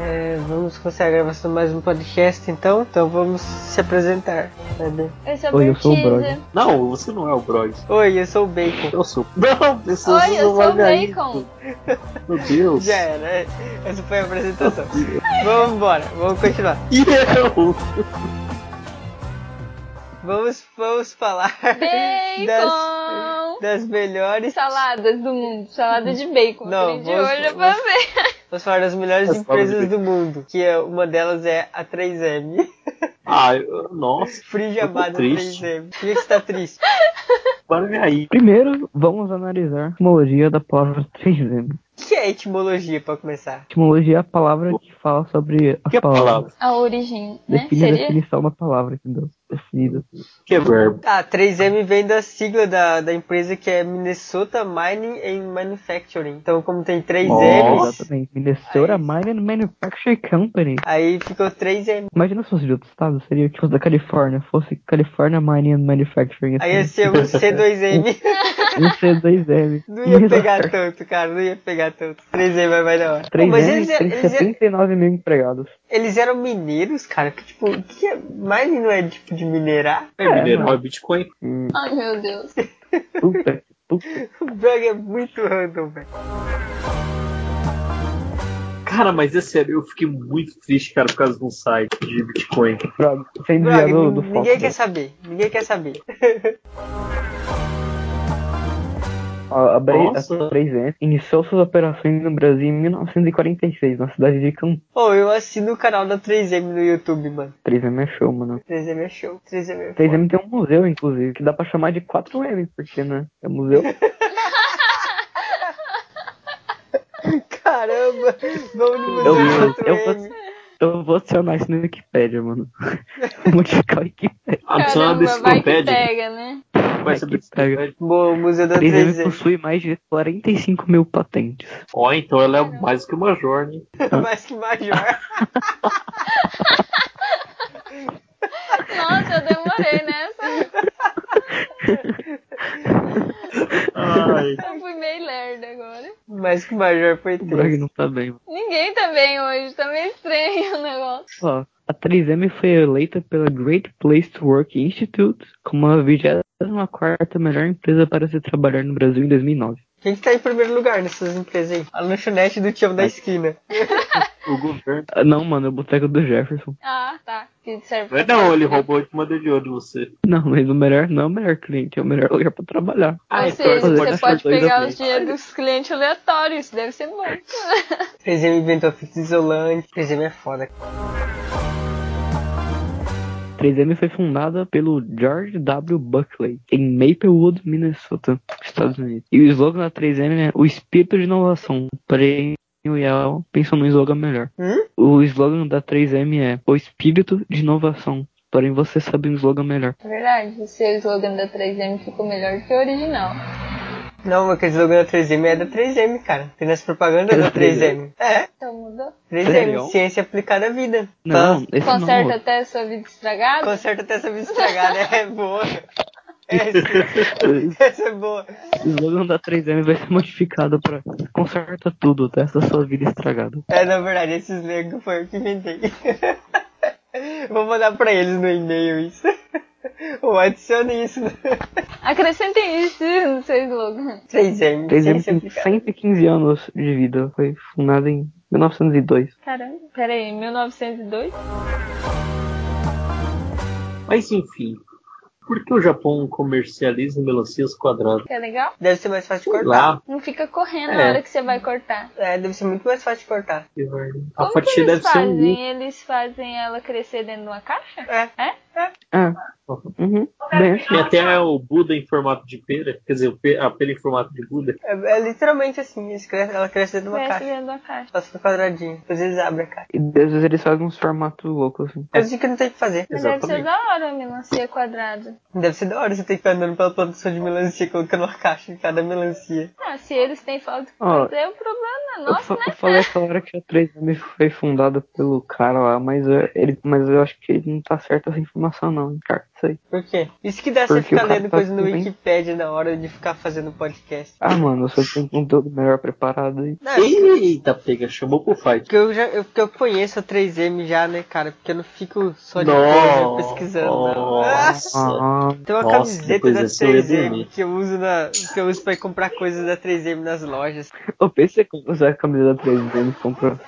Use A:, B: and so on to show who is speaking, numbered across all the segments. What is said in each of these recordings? A: É, vamos começar a gravação de mais um podcast, então. Então vamos se apresentar. né, Cadê?
B: Eu sou a
C: Oi, eu sou o
B: Bertiza.
C: Não, você não é o Brog.
A: Oi, eu sou o Bacon.
C: Eu sou. Não, eu sou,
B: Oi, eu sou o
C: Margarito.
B: Bacon.
C: Meu Deus.
A: Já era, é. essa foi a apresentação. vamos embora, vamos continuar.
C: E eu?
A: Vamos, vamos falar
B: Bacon!
A: das melhores.
B: Saladas do mundo. Salada de bacon.
A: Não,
B: Não, de
A: vamos-
B: hoje é pra
A: vamos-
B: ver.
A: Vamos falar das melhores
C: As palavras
A: empresas
C: de-
A: do mundo, que é- uma delas é a 3M.
C: Ah, eu- nossa,
A: Free Jabá da
C: Eu tô triste.
A: 3M. Por que que você tá triste?
C: para me aí.
D: Primeiro, vamos analisar a etimologia da palavra 3M.
A: O que é etimologia, pra começar?
D: Etimologia é a palavra que fala sobre as
C: Que é
D: palavras.
C: palavra?
B: A origem, né?
D: Define a
B: Seria?
D: definição da palavra, entendeu? Definida.
C: Que é verbo?
A: Tá, 3M vem da sigla da, da empresa que é Minnesota Mining and Manufacturing. Então, como tem 3
C: Nossa.
A: M's,
D: Exatamente. Minnesota Mining Manufacturing Company.
A: aí ficou 3M.
D: Imagina se fosse de outro estado, seria tipo da Califórnia. Fosse California Mining and Manufacturing.
A: Aí ia
D: Assim,
A: ser um C2M.
D: um C2M.
A: Não ia pegar tanto, cara, não ia pegar tanto. 3M vai mais da hora. Pô,
D: 3M
A: Mas é- eles,
D: tem
A: eram- eles, eram-
D: 79 mil empregados.
A: eles eram mineiros, cara? Que tipo, o que é? Mining não é tipo de minerar?
C: É,
D: É,
C: mineral
D: mano.
C: é Bitcoin.
B: Ai, meu Deus.
D: Puta que puta.
A: O Brog é muito random, velho.
C: Cara, mas é sério, eu fiquei muito triste, cara, por causa de um site de Bitcoin.
D: Droga, Sem desviar
A: Brog,
D: do, do
A: ninguém
D: foco. né?
A: quer saber. Ninguém quer saber.
D: A, a, Bre- a
C: Nossa.
D: 3M iniciou suas operações no Brasil em 1946, na cidade de Campo.
A: Ô, eu assino o canal da 3M no YouTube, mano.
D: 3M é show, mano.
A: 3M é show. 3M é
D: 3M tem um museu, inclusive, que dá pra chamar de 4M, porque, né? É museu.
A: Caramba! Vamos no
D: Eu,
A: museu do
D: eu,
A: 4M.
D: eu vou acionar isso na Wikipédia, mano. Vou modificar a Wikipédia.
C: Adiciona
B: Caramba, vai que
C: Ah, enciclopédia.
B: pega, né?
C: Vai saber
D: que pega.
C: enciclopédia.
A: Boa, o museu da
D: 3M
A: 3M.
D: possui mais de 45 mil patentes.
C: Ó, então ela é mais que uma Jorne.
A: é Mais que major.
B: Nossa, eu demorei nessa.
C: Ai,
B: Eu fui meio lerda agora.
A: Mais que major foi
D: O Brog
A: três.
D: não tá bem, mano.
B: Ninguém tá bem hoje. Tá meio estranho o negócio.
D: Ó, a 3M foi eleita pela Great Place to Work Institute como a 24ª melhor empresa para se trabalhar no Brasil em 2009.
A: Quem que tá em primeiro lugar nessas empresas aí? A lanchonete do tio da esquina.
C: o governo.
D: Ah, Não, mano, é o boteco do Jefferson.
B: Ah, tá. Que
C: Não é
B: serve.
C: não, ele roubou e te mandou de olho em você.
D: Não, mas o melhor não é o melhor cliente, é o melhor lugar pra trabalhar.
B: Ou
C: então
B: seja,
D: ele
C: ele
D: pode
B: você
D: achar
B: pode
D: dois
B: pegar
D: ali.
B: os dinheiros dos clientes aleatórios. Isso deve ser bom.
A: 3M inventou fita isolante. 3M é foda.
D: 3M foi fundada pelo George W. Buckley em Maplewood, Minnesota, Estados Unidos. E o slogan da 3M é o espírito de inovação. Porém, o Yale pensou num slogan melhor.
A: Hum?
D: O slogan da 3M é o espírito de inovação. Porém, você sabe um slogan melhor.
B: Tá. É Verdade, o seu slogan da 3M ficou melhor que o original.
A: Não, mas aquele slogan da 3M é da 3M, cara. Tem nas propagandas
D: É
A: da
D: da
A: 3M. É,
B: Então mudou.
A: 3M.
D: Sério?
A: Ciência aplicada à vida.
D: Não, esse
B: Conserta
D: não.
B: até a sua vida estragada.
A: Conserta até essa vida estragada. É boa. Essa,
D: O
A: essa é boa.
D: slogan da 3M vai ser modificado pra conserta tudo, até essa sua vida estragada.
A: É, na verdade, esses negros foi eu que inventei. Vou mandar pra eles no e-mail isso. Ou adicione isso.
B: Acrescentem isso no seu slogan.
A: 3M.
D: 3M
A: sem
D: tem
A: simplificar.
D: 115 anos de vida. Foi fundada em 1902.
B: Caramba, peraí, 1902?
C: Mas enfim, por que o Japão comercializa melancias quadradas?
B: Que é legal?
A: Deve ser mais fácil de
C: Sei
A: cortar.
C: lá,
B: Não fica correndo
C: É.
B: na hora que você vai cortar.
A: É, deve ser muito mais fácil de cortar.
C: que verbo. a
B: Como que
C: fatia
B: eles
C: deve ser um
B: fazem?
C: litro.
B: Eles fazem ela crescer dentro de uma caixa?
A: É.
D: Ah, uhum. Bem, assim.
C: Tem até o Buda em formato de pera, quer dizer, o pe- a pera em formato de Buda.
A: É, é literalmente assim. eles crescem- ela cresce dentro de uma
B: Cresce
A: caixa.
B: dentro de uma caixa.
A: Ela fica quadradinha. Depois eles abrem a caixa.
D: E às vezes eles fazem uns formatos loucos, assim.
A: Coisa que não tem o que fazer.
B: Mas deve ser
C: Exatamente.
B: da hora a melancia quadrada.
A: Deve ser da hora você ter que ficar andando pela plantação de melancia, colocando uma caixa em cada melancia.
B: Ah, se eles têm falta de
A: Ah,
D: Ó,
B: fazer, o problema é
D: Eu,
B: nosso,
D: fa-
B: né?
D: eu falei essa hora que a 3M foi fundada pelo cara lá, mas eu, ele, mas eu acho que ele não tá certo essa informação não, hein, cara. isso aí.
A: Por quê? Isso que dá você
D: Porque
A: ficar
D: o cara
A: lendo
D: tá
A: coisa no
D: tudo bem.
A: Wikipedia na hora de ficar fazendo podcast.
D: Ah, mano, eu só tenho um conteúdo melhor preparado aí.
A: Não,
C: Eita, pega, chamou pro fight.
A: porque eu já eu, porque eu conheço a 3M já, né, cara? Porque eu não fico só de coisa
C: Nossa.
A: pesquisando, não.
C: Nossa.
D: Ah,
A: Tem uma
C: Nossa,
A: camiseta
C: depois
A: da
C: dessa eu ia dormir.
A: 3M que eu uso na que eu uso para comprar coisas da 3M nas lojas.
D: Ah, eu pensei que usar a camisa da 3M comprou.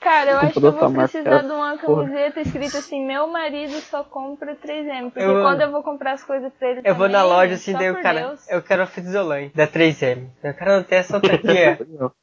B: Cara, eu acho que eu
D: Comprou
B: vou
A: tá
D: tua
B: precisar
D: marca,
B: de uma
D: porra.
B: camiseta escrita assim, meu marido só compra 3M. Porque
A: Eu-
B: quando eu vou comprar as coisas pra ele
A: Eu vou na
B: também,
A: loja assim,
B: só
A: daí o
B: por
A: cara,
B: Deus.
A: eu quero a fita isolante da 3M. O cara não tem essa outra aqui, é,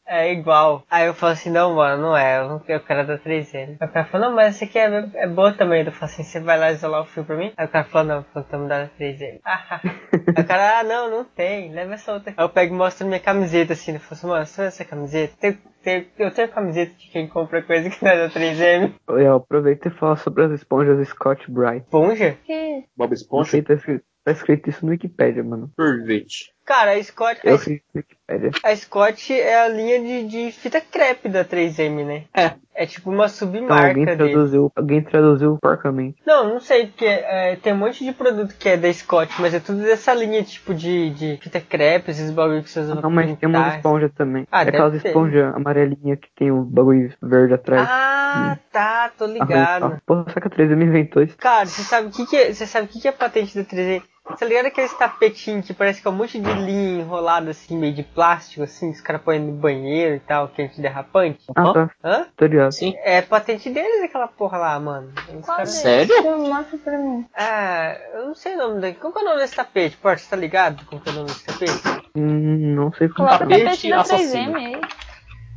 A: é igual. Aí eu falo assim, não, mano, não é, eu, não- eu quero a da 3M. Aí o cara falou, não, mas essa aqui é, é boa também. Eu falo assim, você vai lá isolar o fio pra mim? Aí o cara falou, não, então me dá da 3M. Ah, ah. Aí o cara, ah, não, não tem, leva essa outra aqui. Aí eu pego e mostro minha camiseta assim, eu falo assim, mano, só essa camiseta? Tem- tem- eu tenho camiseta de quem compra coisa que não é da 3M.
D: Eu aproveito e falo sobre as esponjas Scott Bright.
A: Esponja?
B: Que-
C: Bob
D: Não
C: Esponja,
D: sei, tá escrito, tá escrito isso no Wikipedia, mano.
C: sorvete.
A: Cara, a Scott,
D: Eu
A: a
D: fiz no Wikipedia.
A: A Scott é a linha de, de fita crepe da 3M, né?
C: É.
A: É tipo uma
D: Então, alguém
A: submarca dele.
D: traduziu, alguém traduziu porcamente.
A: Não, não sei, porque é, tem um monte de produto que é da Scott, mas é tudo dessa linha tipo de, de fita crepe, esses bagulho que vocês usam
D: Ah, Não, mas tem uma
A: pintar.
D: esponja também.
A: Uhum. Ah,
D: é aquelas
A: deve ter.
D: esponja amarelinha que tem o bagulho verde atrás.
A: Ah, tá, tô ligado.
D: Arranca. Pô, só que a 3 me inventou isso.
A: Cara, você sabe o que, que, é, você sabe o que, que é a patente da 3M? Você tá ligado aqueles tapetinhos que parece que é um monte de linha enrolada assim, meio de plástico, assim, os caras põem no banheiro e tal, que é antiderrapante?
D: Ah,
C: Hã?
D: tá.
A: Hã?
D: Tô ligado.
C: Sim.
A: É patente deles aquela porra lá, mano. Os
B: Qual
A: caras-
B: deles?
C: É Sério? Um
B: Mostra pra mim.
A: Ah, eu não sei o nome daqui. Qual que é o nome desse tapete, Porta? Você tá ligado? Qual que é o nome desse tapete?
D: Hum, não sei como
B: Coloca o
D: tá.
B: tapete
C: Tapete
B: da 3M
C: assassino.
B: aí.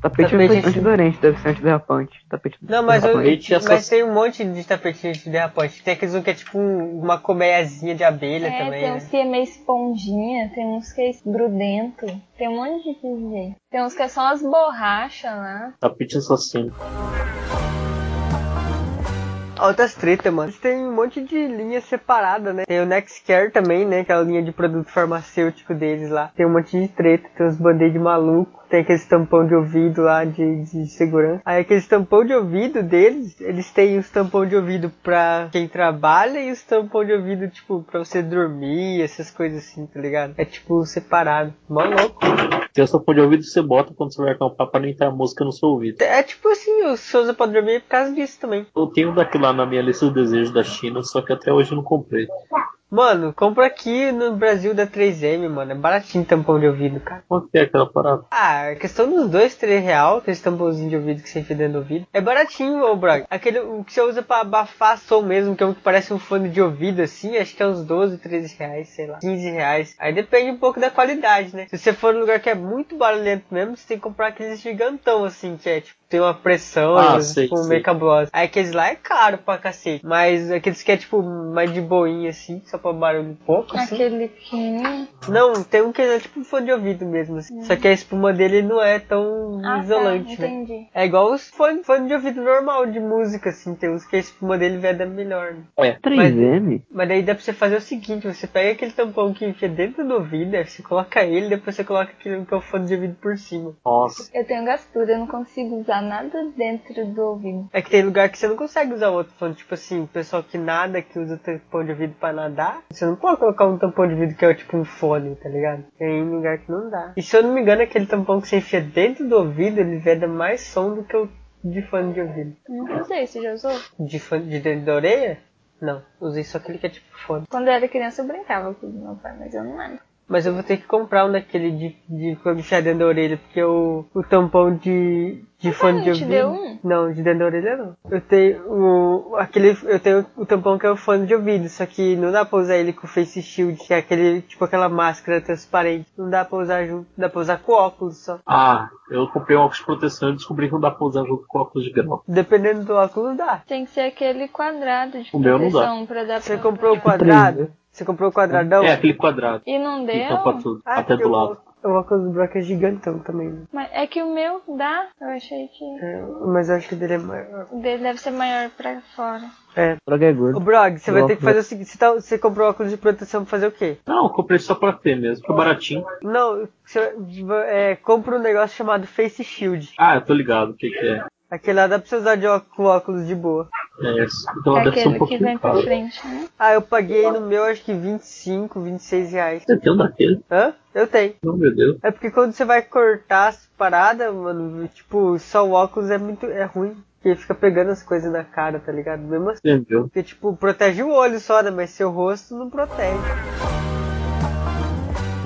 D: Tapete,
A: Tapete
D: tapete antiderrente, deve ser antiderrapante. Tapete
A: Não, mas, eu,
C: Tapete
A: mas
C: assassino.
A: tem um monte de tapetinho de derrapante. Tem aqueles um que é tipo um- uma colmeiazinha de abelha
B: É,
A: também,
B: tem
A: né?
B: uns que é meio esponjinha, tem uns que é grudento, tem um monte de coisa. aí. Tem uns que é só as borrachas lá.
C: Tapete assassino.
A: Altas treta, mano. Tem um monte de linha separada, né? Tem o Nextcare também, né? Aquela linha de produto farmacêutico deles lá. Tem um monte de treta, tem uns band-aid maluco. Tem aquele tampão de ouvido lá de, de segurança. Aí aqueles tampão de ouvido deles, eles têm os tampão de ouvido pra quem trabalha e os tampão de ouvido, tipo, pra você dormir, essas coisas assim, tá ligado? É tipo separado. Mó louco.
C: Tem essa fone de ouvido que você bota quando você vai acampar pra não entrar música no seu ouvido.
A: É tipo assim, o Souza pra dormir é por causa disso também.
C: Eu tenho um daquilo lá na minha lista de desejos da China, só que até hoje eu não comprei.
A: Mano, compra aqui no Brasil da 3M, mano. É baratinho tampão de ouvido, cara.
C: Quanto que é aquela parada?
A: Ah, a questão dos dois, três real, aqueles tampãozinhos de ouvido que você enfia dentro do ouvido. É baratinho, ô Braga. Aquele o que você usa pra abafar som mesmo, que é um que parece um fone de ouvido assim, acho que é uns 12, 13 reais, sei lá, 15 reais. Aí depende um pouco da qualidade, né? Se você for num lugar que é muito barulhento mesmo, você tem que comprar aqueles gigantão assim, que é tipo. Tem uma pressão,
C: Ah,
A: e uns-
C: sei,
A: tipo,
C: sei.
A: meio cabulosa. Aí aqueles lá é caro pra cacete. Mas aqueles que é tipo mais de boinha assim, só pra barulho pouco. Assim.
B: Aquele pequenininho.
A: Não, tem um que é tipo um fone de ouvido mesmo. assim. Só que a espuma dele não é tão
B: Ah,
A: isolante,
B: tá,
A: né?
B: entendi.
A: É igual os fones fone de ouvido normal de música, assim. Tem uns que a espuma dele vai dar melhor. né?
C: É.
D: 3M?
A: Mas daí dá pra você fazer o seguinte: você pega aquele tampão que enfia dentro do ouvido, aí você coloca ele, depois você coloca aquele que é o fone de ouvido por cima.
C: Nossa.
B: Eu tenho gastura, eu não consigo usar nada dentro do ouvido.
A: É que tem lugar que você não consegue usar outro fone. Tipo assim, o pessoal que nada, que usa tampão de ouvido pra nadar, você não pode colocar um tampão de ouvido que é tipo um fone, tá ligado? Tem lugar que não dá. E se eu não me engano, aquele tampão que você enfia dentro do ouvido, ele veda mais som do que o de fone de ouvido.
B: Não sei, você já usou?
A: De fone de dentro da orelha? Não, usei só aquele que é tipo fone.
B: Quando eu era criança eu brincava com o meu pai, mas eu não lembro.
A: Mas eu vou ter que comprar um daquele de, de quando enfiar dentro da orelha, porque o, o tampão de, de fone
B: não
A: de
B: te
A: ouvido.
B: deu um?
A: Não, de dentro da orelha não. Eu tenho o. aquele. Eu tenho o tampão que é o fone de ouvido, só que não dá pra usar ele com o face shield, que é aquele, tipo aquela máscara transparente. Não dá pra usar junto, dá pra usar com óculos só.
C: Ah, eu comprei um óculos de proteção e descobri que não dá pra usar junto com óculos de grau.
A: Dependendo do óculos dá.
B: Tem que ser aquele quadrado de
C: O meu não dá.
B: proteção pra dar
A: Você
B: pra-
A: comprou o quadrado? Você comprou o quadradão?
C: É aquele quadrado.
B: E não
C: Que tampa
B: deu?
C: tudo,
A: Ah,
C: até
A: porque
C: do lado.
A: O, o óculos do Brock é gigantão também. né?
B: Mas é que o meu dá. Eu achei que
A: É, mas eu acho que o dele é maior.
B: o dele deve ser maior pra fora.
A: É.
D: Droga é
A: Ô,
D: gordo.
A: Brog, você vai ter que
D: óculos.
A: fazer o seguinte: você, tá- você comprou óculos de proteção pra fazer o quê?
C: Não, eu comprei só pra ter mesmo, que é baratinho.
A: Não, você é, compra um negócio chamado Face Shield.
C: Ah, eu tô ligado o que, que é.
A: Aquele lá dá pra você usar de ó- com óculos de boa.
C: É, então
B: É
C: ela deve ser
B: aquele
C: um
B: que
C: pouquinho
B: vem pra
C: cara.
B: frente, né?
A: Ah, eu paguei no meu acho que 25, 26 reais.
C: Você tem um daquele?
A: Hã? Eu tenho.
C: Não, meu Deus.
A: É porque quando você vai cortar as paradas, mano, tipo, só o óculos é muito. é ruim. Porque fica pegando as coisas na cara, tá ligado? Mesmo assim.
C: Entendeu?
A: Porque, tipo, protege o olho só, né? Mas seu rosto não protege.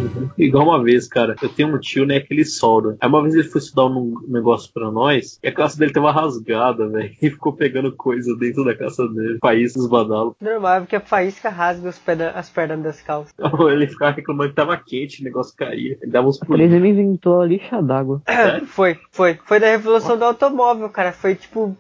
C: Uhum. Igual uma vez, cara, eu tenho um tio, né, que ele solda. Aí uma vez ele foi estudar um negócio pra nós, e a calça dele tava rasgada, velho. E ficou pegando coisa dentro da calça dele, países badalo.
A: Normal, é porque a faísca rasga os perna- as pernas das calças.
C: Ele ficava reclamando que tava quente, o negócio caía. Ele dava uns
D: A
C: pulinhos.
D: 3M inventou a lixa d'água.
A: Foi, foi. Foi da revolução do automóvel, cara. Foi, tipo,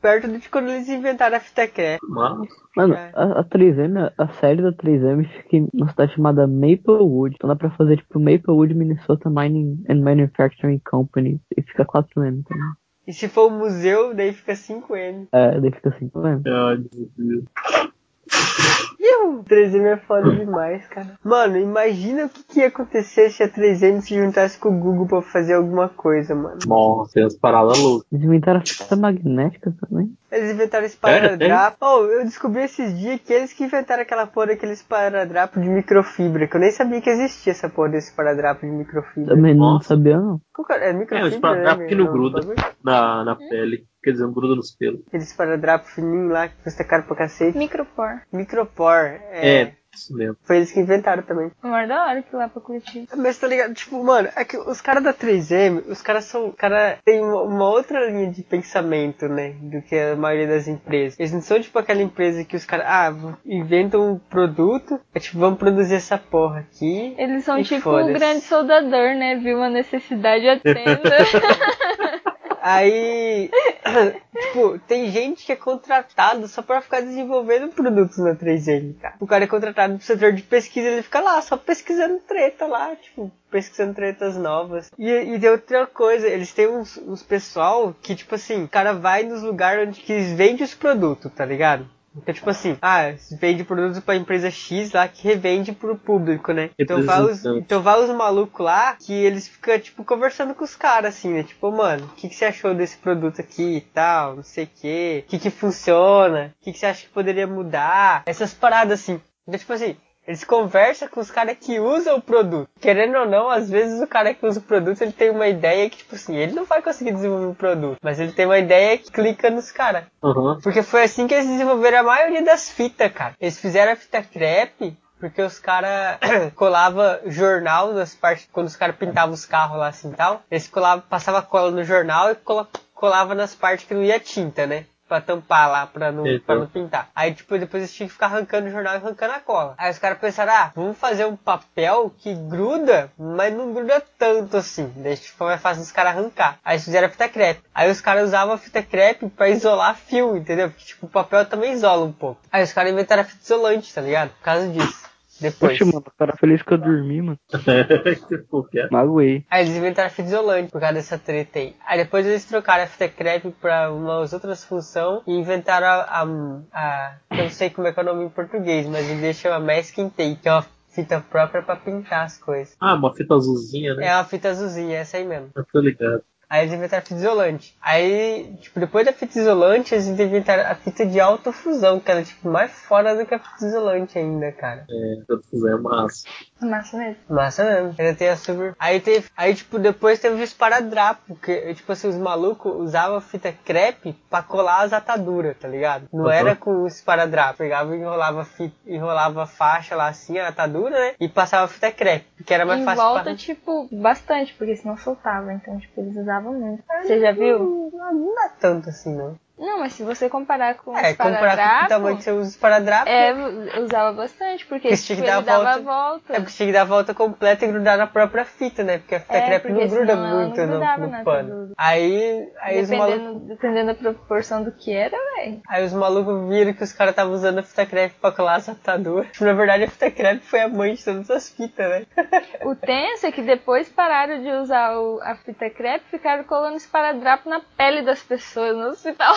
A: perto de quando eles inventaram a fita crepe.
C: Mas,
D: Mano,
A: É.
D: a, a 3M, a série da 3M fica em uma cidade chamada Maplewood. Então dá pra fazer tipo Maplewood Minnesota Mining and Manufacturing Company. E fica 4M também.
A: E se for o museu, daí fica 5N.
D: É, daí fica 5M.
C: ai, meu Deus.
A: Iu! 3M é foda demais, cara. Mano, imagina o que, que ia acontecer se a 3M se juntasse com o Google pra fazer alguma coisa, mano.
C: Nossa, tem umas paradas loucas.
D: Eles inventaram a fita magnética também.
A: Eles inventaram esse
C: Sério?
A: paradrapo. Oh, eu descobri esses dias que eles que inventaram aquela porra daqueles paradrapos de microfibra, que eu nem sabia que existia essa porra desse paradrapo de microfibra.
D: Também não
C: Nossa.
D: sabia não.
A: Qual que era? É microfibra,
C: É, os paradrapos
A: né,
C: que não
A: meu?
C: gruda.
A: Bagulho?
C: Na, na
B: É?
C: pele. Quer dizer, não gruda nos pelos.
A: Aqueles paradrapos fininhos lá que custa caro pra cacete.
B: Micropor.
A: Micropor.
C: É,
A: É,
C: isso mesmo.
A: Foi eles que inventaram também.
B: Amor da hora que lá pra Curitiba.
A: Mas tá ligado? Tipo, mano, é que os caras da 3M, os caras são. cara tem uma, uma outra linha de pensamento, né? Do que a maioria das empresas. Eles não são tipo aquela empresa que os caras, ah, v- inventam um produto, é tipo, vamos produzir essa porra aqui.
B: Eles são
A: E
B: tipo o
A: foda-se.
B: grande soldador, né? Viu uma necessidade, atenda.
A: Aí. tipo, tem gente que é contratado só pra ficar desenvolvendo produtos na 3M, cara. O cara é contratado pro setor de pesquisa, ele fica lá, só pesquisando treta lá, tipo, pesquisando tretas novas. E, e tem outra coisa, eles têm uns, uns pessoal que, tipo assim, o cara vai nos lugares onde que eles vendem os produtos, tá ligado? Então, tipo assim, ah, vende produtos pra empresa X lá que revende pro público, né? Então vai os,
C: Representante.
A: então vai os malucos lá que eles ficam, tipo, conversando com os caras, assim, né? Tipo, mano, o que, que você achou desse produto aqui e tal, não sei o quê, o que, que funciona, o que, que você acha que poderia mudar, essas paradas assim. Então, tipo assim, eles conversam com os caras que usam o produto. Querendo ou não, às vezes o cara que usa o produto, ele tem uma ideia que, tipo assim, ele não vai conseguir desenvolver o produto, mas ele tem uma ideia que clica nos caras.
C: Aham.
A: Porque foi assim que eles desenvolveram a maioria das fitas, cara. Eles fizeram a fita crepe porque os caras colava jornal nas partes quando os caras pintavam os carros lá assim e tal. Eles colava, passava cola no jornal e cola- colava nas partes que não ia tinta, né? Pra tampar lá, pra não,
C: Então.
A: pra não pintar. Aí, tipo, depois eles tinham que ficar arrancando o jornal e arrancando a cola. Aí os caras pensaram, ah, vamos fazer um papel que gruda, mas não gruda tanto assim. Daí tipo, é fácil dos caras arrancar. Aí eles fizeram a fita crepe. Aí os caras usavam a fita crepe pra isolar fio, entendeu? Porque, tipo, o papel também isola um pouco. Aí os caras inventaram a fita isolante, tá ligado? Por causa disso. Depois.
D: Poxa, mano, o cara feliz que eu dormi, mano.
C: que pouco é.
D: Magoei.
A: Aí Ah, eles inventaram a fita isolante por causa dessa treta aí. Aí depois eles trocaram a fita crepe pra umas outras funções e inventaram a, a, a- Eu não sei como é que é o nome em português, mas ele chama Masking Tape, que é uma fita própria pra pintar as coisas.
C: Ah, uma fita azulzinha, né?
A: É uma fita azulzinha, essa aí mesmo.
C: Eu tô ligado.
A: Aí eles inventaram a fita isolante. Aí, tipo, depois da fita isolante, eles inventaram a fita de autofusão, que ela é, tipo, mais fora do que a fita isolante ainda, cara.
C: É, eu fizer massa.
B: Massa mesmo.
A: Massa mesmo. Ainda tem a super. Aí teve. Aí, tipo, depois teve os paradrapos. Que, tipo assim, os malucos usavam fita crepe pra colar as ataduras, tá ligado? Não
C: Uhum.
A: era com os paradrapos. Pegava e enrolava, fita, enrolava a faixa lá assim, a atadura, né? E passava fita crepe. Porque era É mais
B: Em
A: fácil
B: volta,
A: pra-
B: tipo, bastante, porque senão soltava. Então, tipo, eles usavam muito. Você já viu?
A: Não, não é tanto assim, não.
B: Não, mas se você comparar com
A: É, comparar
B: os
A: com o
B: paradrapos,
A: tamanho que você usa os paradrapos.
B: é, eu usava bastante, porque
A: Porque
B: tipo,
A: tinha que
B: ele
A: dar a
B: dava a volta.
A: É porque tinha que dar a volta completa e grudar na própria fita, né? Porque a fita
B: É,
A: crepe não
B: porque
A: gruda
B: senão ela
A: muito
B: não
A: no-
B: grudava
A: no,
B: na
A: pano.
B: atadura.
A: Aí, aí os malucos.
B: dependendo, dependendo da proporção do que era, velho.
A: Aí os malucos viram que os caras estavam usando a fita crepe pra colar as ataduras. Na verdade, a fita crepe foi a mãe de todas as fitas, né?
B: O tenso é que depois pararam de usar o- a fita crepe e ficaram colando esparadrapo na pele das pessoas no hospital.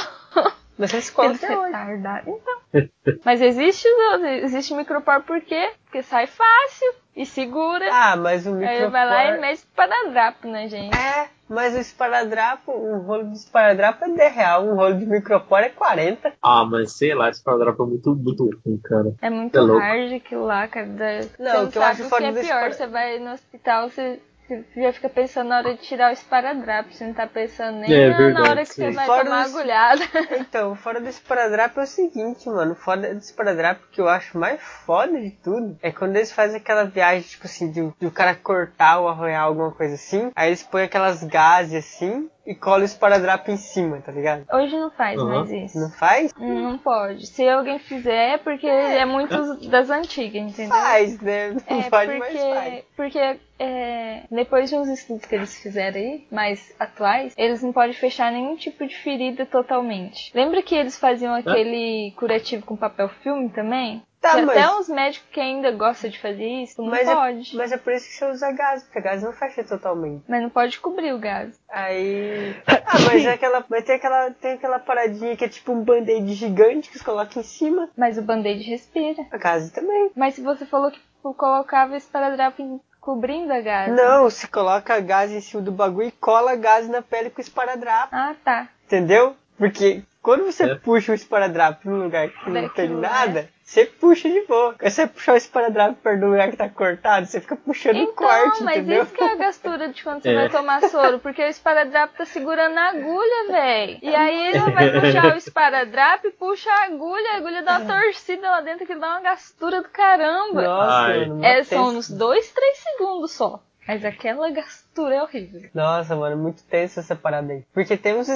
A: Mas essa escola
B: tá Eles
A: até é hoje.
B: retardaram, então. Mas existe os outros, existe micropor por quê? Porque sai fácil e segura.
A: Ah, mas o
B: aí
A: micropor...
B: vai lá e mete espadadrapo, né, gente?
A: É, mas o esparadrapo, um rolo de esparadrapo é 10 real, um rolo de micropor é 40.
C: Ah, mas sei lá, esse quadrado é muito, muito ruim, cara.
B: É muito
C: É louco.
B: hard aquilo lá, cara. da- Você
A: Não,
B: Não,
A: o que eu
B: sabe
A: acho
B: o que
A: foda
B: é
A: desse
B: pior.
A: par-
B: Você vai no hospital, você, você já fica pensando na hora de tirar o esparadrapo. Você não tá pensando nem
C: É,
B: na-
C: verdade,
B: na hora que
C: sim.
B: você vai
A: Fora
B: tomar
A: dos-
B: agulhada.
A: Então, fora do esparadrapo é o seguinte, mano. Fora do esparadrapo que eu acho mais foda de tudo é quando eles fazem aquela viagem, tipo assim, de, de o cara cortar ou arranhar alguma coisa assim. Aí eles põem aquelas gases assim e colam o esparadrapo em cima, tá ligado?
B: Hoje não faz
C: Aham.
B: mais isso.
A: Não faz?
B: Hum, Não pode. Se alguém fizer, é porque é muito das antigas, entendeu?
A: Faz, né? Não
B: É
A: pode,
B: porque,
A: mas faz.
B: porque é, depois de uns estudos que eles fizeram aí, mais atuais, eles não podem fechar nenhum tipo de ferida totalmente. Lembra que eles faziam aquele curativo com papel filme também?
A: Tá,
B: Que
A: mas-
B: Até uns médicos que ainda gostam de fazer isso, não
A: Mas
B: pode.
A: é, mas é por isso que você usa gás, porque gás não fecha totalmente.
B: Mas não pode cobrir o gás.
A: Aí. Ah, mas é aquela. Mas tem aquela, tem aquela paradinha que é tipo um band-aid gigante que você coloca em cima.
B: Mas o band-aid respira.
A: A gás também.
B: Mas se você falou que colocava esse paradrafo em- cobrindo a gás.
A: Não, se coloca gás em cima do bagulho e cola gás na pele com esparadrapo,
B: Ah, tá.
A: entendeu? Porque quando você
C: É.
A: puxa o esparadrapo num lugar que não
B: Daquilo,
A: tem
B: né?
A: nada, você puxa de boa. Quando você puxar o esparadrapo perto do lugar que tá cortado, você fica puxando o
B: Então,
A: corte,
B: mas
A: entendeu?
B: isso que é a gastura de quando você
C: É.
B: vai tomar soro, porque o esparadrapo tá segurando a agulha, véi. E aí ele vai puxar o esparadrapo e puxa a agulha, a agulha dá
A: É.
B: uma torcida lá dentro que dá uma gastura do caramba.
A: Nossa,
C: Ai.
A: mano, mó
B: é, são
A: tenso.
B: uns dois, três segundos só. Mas aquela gastura é horrível.
A: Nossa, mano, muito tenso essa parada aí. Porque tem uns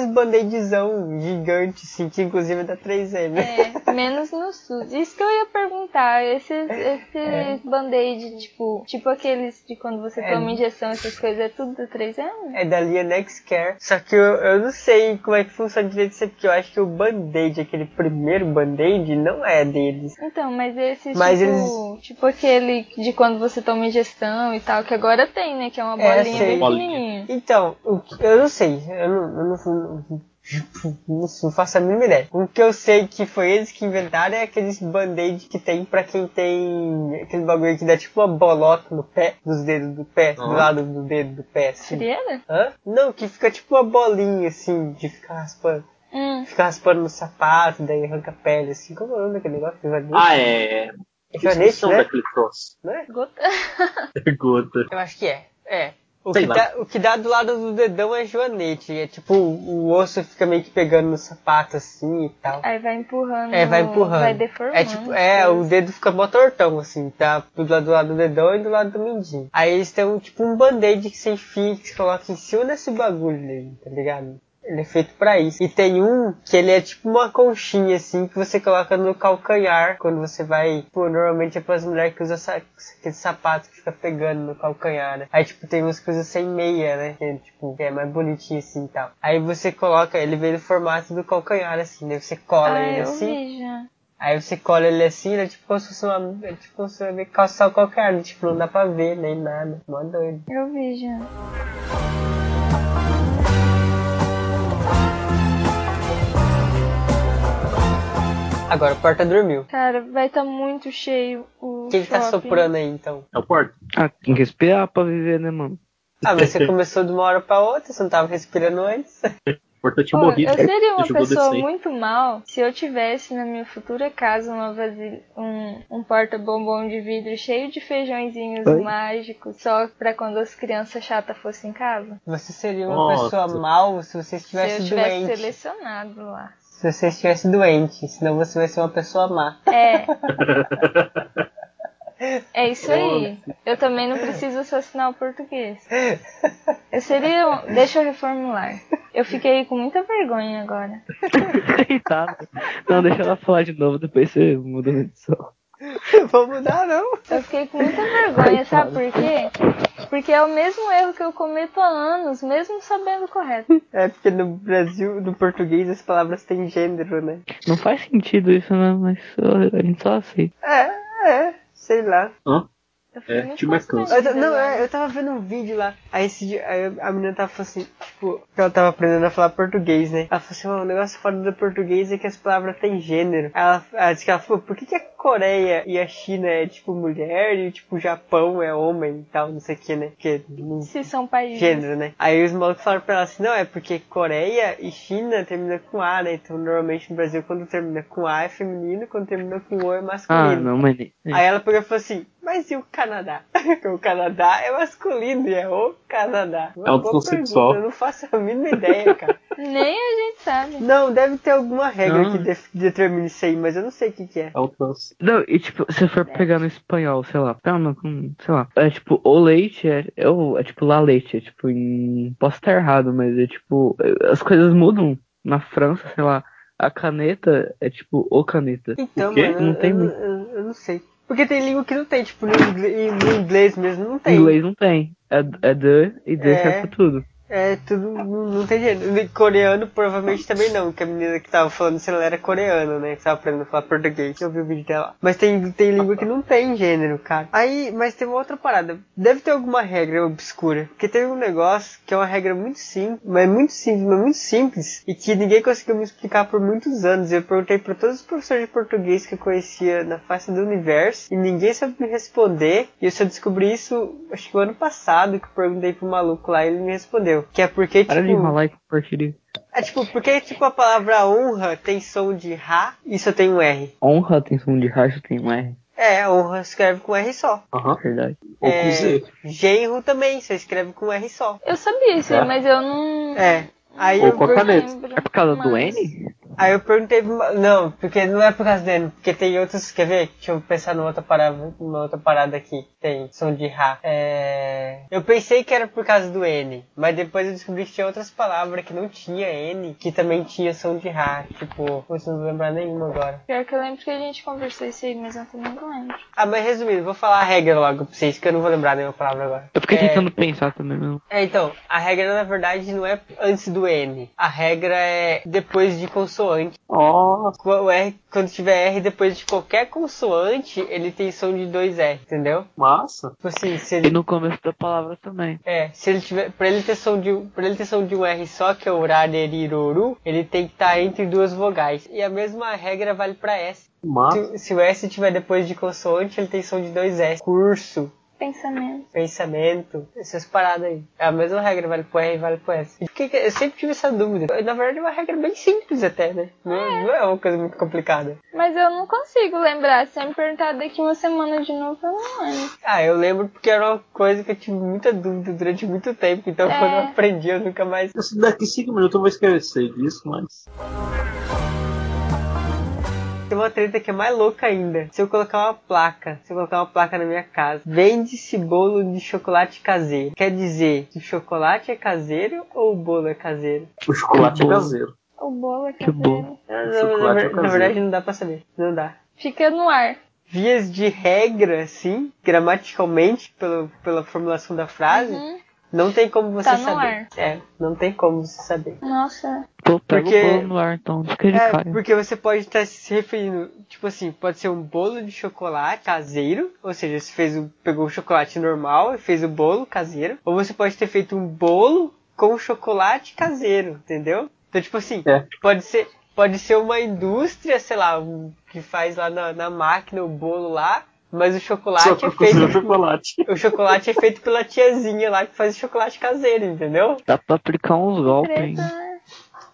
A: band-aidzão gigante, assim, que inclusive é da 3M.
B: É, menos no SUS. Isso que eu ia perguntar, esses, esses band-aid, tipo, tipo aqueles de quando você
A: É.
B: toma injeção, essas coisas, é tudo do 3M?
A: É da linha Next Care. Só que eu, eu não sei como é que funciona direito isso aí, porque eu acho que o Band-Aid, aquele primeiro Band-Aid, não é deles.
B: Então, mas esses
A: Mas
B: tipo, tipo aquele de quando você toma injeção e tal, que agora tem, né? Que é uma
A: É,
B: bolinha
A: sei.
B: bem
C: Bolinha.
B: pequenininha.
A: Então, o que- eu não sei. Eu não, eu não, não- não- não faço a mínima ideia. O que eu sei que foi eles que inventaram é aqueles Band-Aid que tem pra quem tem aquele bagulho que dá tipo uma bolota no pé, nos dedos do pé, do
C: Ah.
A: lado do dedo do pé, assim.
B: Frieira?
A: Hã? Não, que fica tipo uma bolinha, assim, de ficar raspando.
B: Hum.
A: Fica raspando no sapato, daí arranca a pele, assim. Como é o nome daquele negócio?
B: Uhum.
A: Ivanite?
C: Ah, é.
A: É
C: Esqueci
A: Ivanite,
C: o
A: né?
C: nome daquele troço.
A: Não é?
B: Gota.
C: Gota.
A: Eu acho que é. É. O
C: Sei
A: que,
C: lá.
A: dá, o que dá do lado do dedão é joanete. É tipo, o osso fica meio que pegando no sapato assim e tal.
B: Aí vai empurrando.
A: É, vai empurrando.
B: Vai deformando.
A: É tipo, é, o dedo fica mó tortão, assim, tá? Do lado, do lado do dedão e do lado do mindinho. Aí eles têm um, tipo um band-aid que você enfia, que você coloca em cima desse bagulho dele, tá ligado? Ele é feito pra isso. E tem um que ele é tipo uma conchinha, assim, que você coloca no calcanhar quando você vai. Pô, normalmente é pras mulheres que usam sa- aquele sapato que fica pegando no calcanhar, né? Aí, tipo, tem umas coisas sem meia, né? Que é, tipo, que é mais bonitinho assim e tal. Aí você coloca, ele vem no formato do calcanhar, assim, daí você cola
B: Ah,
A: ele
B: eu
A: assim.
B: vi já.
A: Aí você cola ele assim, né? Tipo como se fosse uma. é Tipo, como se fosse calçar qualquer, né? Tipo, não dá pra ver nem nada. Mó doido.
B: Eu vi já.
A: Agora o porta dormiu.
B: Cara, vai tá muito cheio o
A: Quem tá
B: shopping.
A: soprando aí então?
C: É o porta?
D: Ah, tem que respirar pra viver, né, mano?
A: Ah, mas você começou de uma hora pra outra, você não tava respirando antes.
C: O porta tinha
B: Pô,
C: morrido.
B: eu seria uma
C: Jogou
B: pessoa
C: desse aí.
B: muito mal se eu tivesse na minha futura casa uma vasilha, um, um porta-bombom de vidro cheio de feijõezinhos
D: Oi?
B: mágicos só pra quando as crianças chatas fossem em casa.
A: Você seria uma
C: Nossa.
A: pessoa mal se você
B: se eu
A: estivesse
B: tivesse
A: doente.
B: selecionado lá.
A: Se você estivesse doente, senão você vai ser uma pessoa má.
B: É. É isso aí. Eu também não preciso assassinar o português. Eu seria. um- Deixa eu reformular. Eu fiquei com muita vergonha agora.
D: Coitado. Não, deixa ela falar de novo, depois você muda a edição.
A: Vou mudar não.
B: Eu fiquei com muita vergonha, sabe por quê? Porque é o mesmo erro que eu cometo há anos, mesmo sabendo o correto.
A: É porque no Brasil, no português, as palavras têm gênero, né?
D: Não faz sentido isso, né? Mas só- a gente só aceita.
A: É, é, sei lá.
C: Hã?
B: Eu fiquei
C: É,
B: muito
C: Tio Mac
B: constrangida
A: Eu ta- não,
B: agora.
A: é, eu tava vendo um vídeo lá, aí, esse dia- aí a menina tava falando assim, tipo, que ela tava aprendendo a falar português, né? Ela falou assim, "Ó, o negócio foda do português é que as palavras têm gênero. Aí Ela, ela disse que ela falou, por que, que a Coreia e a China é tipo mulher e tipo o Japão é homem e tal, não sei o que, né? Porque não
B: Se são países.
A: gênero, né? Aí os malucos falaram pra ela assim, não, é porque Coreia e China termina com A, né? Então normalmente no Brasil quando termina com A é feminino, quando termina com O é masculino.
D: Ah, não, mas. nem-
A: Aí ela pegou e falou assim, mas e o Canadá? Porque o Canadá é masculino e é o Canadá. Uma
C: É um
A: boa
C: transexual.
A: pergunta, Eu não faço a mínima ideia, cara.
B: Nem a gente sabe.
A: Não, deve ter alguma regra
D: Não.
A: que def- determine isso aí, mas eu não sei o que que é.
C: É um trans.
D: Não, e tipo, se for pegar no espanhol, sei lá, tá, não, com- sei lá, é tipo, o leite é, é, o- é tipo, lá leite, é tipo, em, posso estar errado, mas é tipo, é, as coisas mudam. Na França, sei lá, a caneta é tipo, o caneta.
A: Então,
C: O quê?
A: mano,
D: Não
A: eu-
D: tem
A: eu,
D: muito.
A: eu- eu não sei. Porque tem língua que não tem, tipo, no inglês, no inglês mesmo não
D: Em
A: tem.
D: inglês não tem, é, é the e the
A: É.
D: serve pra tudo.
A: É, tudo não não tem jeito. E Coreano provavelmente também não, que a menina que tava falando se ela era coreana, né? Que tava aprendendo a falar português. Eu vi o vídeo dela. Mas tem, tem língua que não tem gênero, cara. Aí, mas tem uma outra parada. Deve ter alguma regra obscura. Porque tem um negócio que é uma regra muito simples, mas muito simples, mas muito simples. E que ninguém conseguiu me explicar por muitos anos. Eu perguntei pra todos os professores de português que eu conhecia na face do universo. E ninguém sabe me responder. E eu só descobri isso, acho que o ano passado, que eu perguntei pro maluco lá e ele me respondeu. Que é porque,
D: Para de
A: tipo...
D: enrolar e compartilhar.
A: É tipo, porque tipo a palavra honra tem som de Rá e só tem um R.
D: Honra tem som de racha, tem um R,
A: É, honra escreve com R só.
C: Aham.
D: na verdade.
C: Ou
A: É.
C: com Z.
A: Genro também, só escreve com R só.
B: Eu sabia isso,
C: É.
B: mas eu não.
A: É. Aí
C: Ou
A: eu,
C: com a
A: per-
C: caneta.
B: lembro
D: É por causa do
B: mais.
D: N?
A: aí eu perguntei pro ma- Não, porque não é por causa dele, porque tem outros. Quer ver? Deixa eu pensar numa outra parada, numa outra parada aqui que tem som de Rá. É, Eu pensei que era por causa do N, mas depois eu descobri que tinha outras palavras que não tinha N, que também tinha som de Rá. Tipo, putz, não vou lembrar nenhuma agora.
B: Pior que eu lembro que a gente conversou isso aí, mas eu também não lembro.
A: Ah, mas resumindo, vou falar a regra logo pra vocês, que eu não vou lembrar nenhuma palavra agora.
D: Eu fiquei
A: É,
D: tentando pensar também, não.
A: É, então, a regra na verdade não é antes do N. A regra é depois de consoante.
C: Nossa.
A: Qu- O R, quando tiver R depois de qualquer consoante, ele tem som de dois R, entendeu?
C: Massa.
A: Tipo assim, se
D: E
A: ele.
D: no começo da palavra também.
A: É, se ele tiver. Pra ele ter som de, pra ele ter som de um R só, que é o rareriruru, ele tem que estar entre duas vogais. E a mesma regra vale pra S.
C: que Massa.
A: Se, se o S tiver depois de consoante, ele tem som de dois S. Curso.
B: Pensamento.
A: pensamento, essas paradas aí. É a mesma regra, vale pro R e vale pro S. E por que que- eu sempre tive essa dúvida. Na verdade, é uma regra bem simples até, né? Não é, não é uma coisa muito complicada.
B: Mas eu não consigo lembrar. Se eu me perguntar daqui uma semana de novo, eu não lembro.
A: Ah, eu lembro porque era uma coisa que eu tive muita dúvida durante muito tempo. Então,
B: É.
A: quando eu aprendi, eu nunca mais.
C: Isso Daqui cinco minutos eu vou esquecer disso, mas.
A: Tem uma treta que é mais louca ainda. Se eu colocar uma placa, se eu colocar uma placa na minha casa, vende-se bolo de chocolate caseiro. Quer dizer que o chocolate é caseiro ou o bolo é caseiro?
C: O chocolate é
D: bom.
C: caseiro.
B: O bolo é
D: Que bom.
B: caseiro.
A: Ah, não, na,
C: Chocolate é
A: ver- na
C: caseiro.
A: verdade, não dá pra saber. Não dá.
B: Fica no ar.
A: vias de regra, assim, gramaticalmente, pelo, pela formulação da frase,
B: Uhum.
A: não tem como você
B: Tá no
A: saber.
B: ar.
A: É, não tem como você saber.
B: Nossa.
D: Pô, pega
A: Porque-
D: o bolo no ar, então, fica de
A: É,
D: cara.
A: porque você pode estar se referindo, tipo assim, pode ser um bolo de chocolate caseiro, ou seja, você fez o, pegou o chocolate normal e fez o bolo caseiro, ou você pode ter feito um bolo com chocolate caseiro, entendeu? Então, tipo assim,
C: É.
A: pode ser pode ser uma indústria, sei lá, um- que faz lá na, na máquina o bolo lá, mas o
C: Só
A: chocolate
C: que
A: é
C: eu cozinho
A: feito
C: chocolate.
A: O chocolate é feito pela tiazinha lá que faz o chocolate caseiro, entendeu?
D: Dá pra aplicar uns golpes, hein?
B: Treta, né?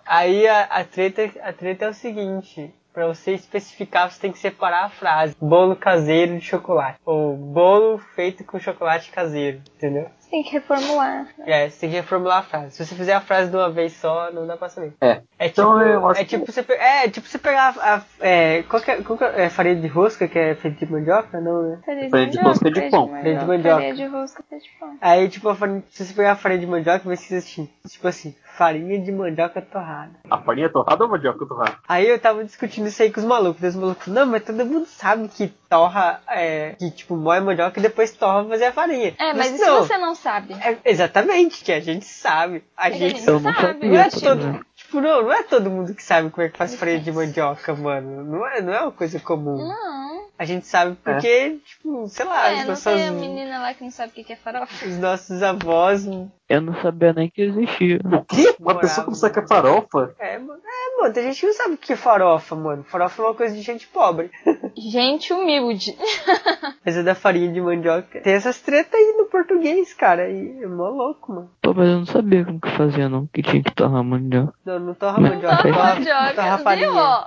A: Aí a, a treta, a treta é o seguinte. Pra você especificar, você tem que separar a frase bolo caseiro de chocolate. Ou bolo feito com chocolate caseiro, entendeu?
B: Tem que reformular.
A: É, você tem que reformular a frase. Se você fizer a frase de uma vez só, não dá pra saber.
C: É.
A: É tipo,
C: Então eu acho
A: é tipo você pe- é, é tipo você pegar a, a- é, qual que é, qual que é, é farinha de rosca que é feita de mandioca, não, né?
B: Faria de
C: Farinha de
B: mandioca,
C: rosca de
B: faria
C: pão.
A: Farinha de
B: mandioca,
A: mandioca.
B: Farinha de rosca é de pão.
A: Aí, tipo, a farinha, se você pegar a farinha de mandioca, vai ser assim, tipo assim, farinha de mandioca torrada.
C: A farinha é torrada ou mandioca torrada?
A: Aí eu tava discutindo isso aí com os malucos. Daí os malucos, não, mas todo mundo sabe que torra, é, que tipo, moe mandioca e depois torra pra fazer a farinha.
B: É, mas e se
A: não,
B: você É, não sabe?
A: é, exatamente, que a gente sabe. A, gente,
B: gente
A: sabe.
D: Eu não
B: sabe,
A: Não é
D: sabia.
B: gente.
D: também.
A: todo, tipo, não, não é todo mundo que sabe como é que faz farinha de mandioca, mano. Não é, não é uma coisa comum.
B: Não.
A: A gente sabe porque, tipo, sei lá,
B: é,
A: as
B: não
A: nossas-
B: tem a menina lá que não sabe o que que é farofa.
A: os nossos avós.
D: Eu não sabia nem que existia.
C: O quê? Uma
A: Moral,
C: pessoa com
A: mano.
C: saca farofa?
A: É, mano, é, mano, tem gente que não sabe o que é farofa, mano. Farofa é uma coisa de gente pobre.
B: Gente humilde.
A: Mas é da farinha de mandioca. Tem essas tretas aí no português, cara. E é mó louco, mano.
D: Pô, mas eu não sabia como que fazia, não. Que tinha que torrar mandioca.
A: Não, não torra
D: Não
A: mandioca.
D: torra
A: Torra, torra
B: Mandioca,
A: farinha.
B: viu? ó?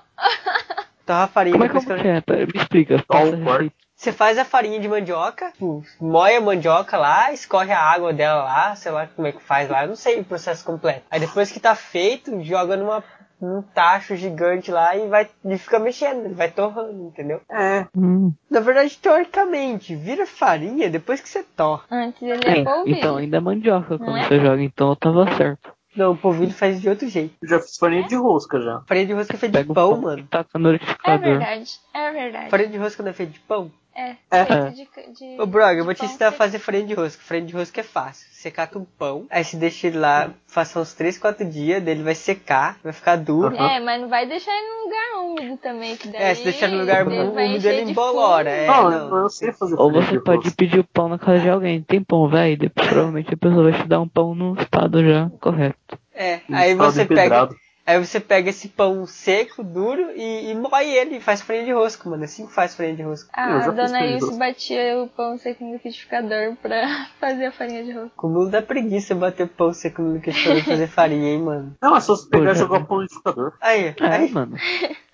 A: Torra farinha.
D: Como é que
A: depois que-
D: é? Pera, me explica.
C: Só
D: passa a
C: um corte.
D: receita.
A: Você faz a farinha de mandioca, tipo, moe a mandioca lá, escorre a água dela lá, sei lá como é que faz lá, eu não sei o processo completo. Aí depois que tá feito, joga numa, num tacho gigante lá e vai e fica mexendo, ele vai torrando, entendeu? É.
D: Hum.
A: Na verdade, teoricamente, vira farinha depois que você torra.
B: Antes ele
D: É,
B: é polvilho.
D: então ainda é mandioca quando
B: é?
D: você joga, então eu tava certo.
A: Não, o polvilho faz de outro jeito.
C: Eu já fiz farinha de rosca já.
A: Farinha de rosca é feita
D: Pega
A: de
D: o
A: pão,
D: pão
A: mano.
D: e taca no
B: É
D: liquidificador.
B: verdade, é verdade.
A: Farinha de rosca não é feita de pão?
B: É,
C: É.
B: feito de- de-
A: Ô, Broga, eu vou te
B: de pão
A: ensinar a
B: seco.
A: fazer farinha de rosca. Farinha de rosca é fácil. Você cata um pão, aí você deixa ele lá, faça uns 3, 4 dias, dele vai secar, vai ficar duro.
C: Aham.
B: É, mas não vai deixar ele num lugar úmido também. Que daí
A: É, se deixar no lugar
B: ele
A: úmido,
B: vai
A: ele
B: encher de
A: embolora,
B: fungo.
A: é.
C: não,
A: não.
C: eu- eu sei fazer
D: Ou
C: farinha
D: você
C: de
D: pode
C: rosca.
D: pedir o pão na casa de alguém. Tem pão, velho? Depois provavelmente a pessoa vai te dar um pão no estado já correto.
A: É,
C: Um
A: aí
C: caldo
A: você pega,
C: empedrado.
A: aí você pega esse pão seco, duro e, e moe ele e faz farinha de rosca, mano. Assim que faz farinha de rosca.
B: Ah,
C: Eu já
B: a
C: fiz
B: dona
C: farinha de
B: Ilse
C: rosca.
B: batia o pão seco no liquidificador pra fazer a farinha de rosca.
A: Como dá preguiça bater pão seco no liquidificador e fazer farinha, hein, mano.
C: Não, é só você pegar
D: Pô,
C: e
D: já-
C: jogar o pão no liquidificador.
A: Aí,
D: É,
A: aí,
D: mano.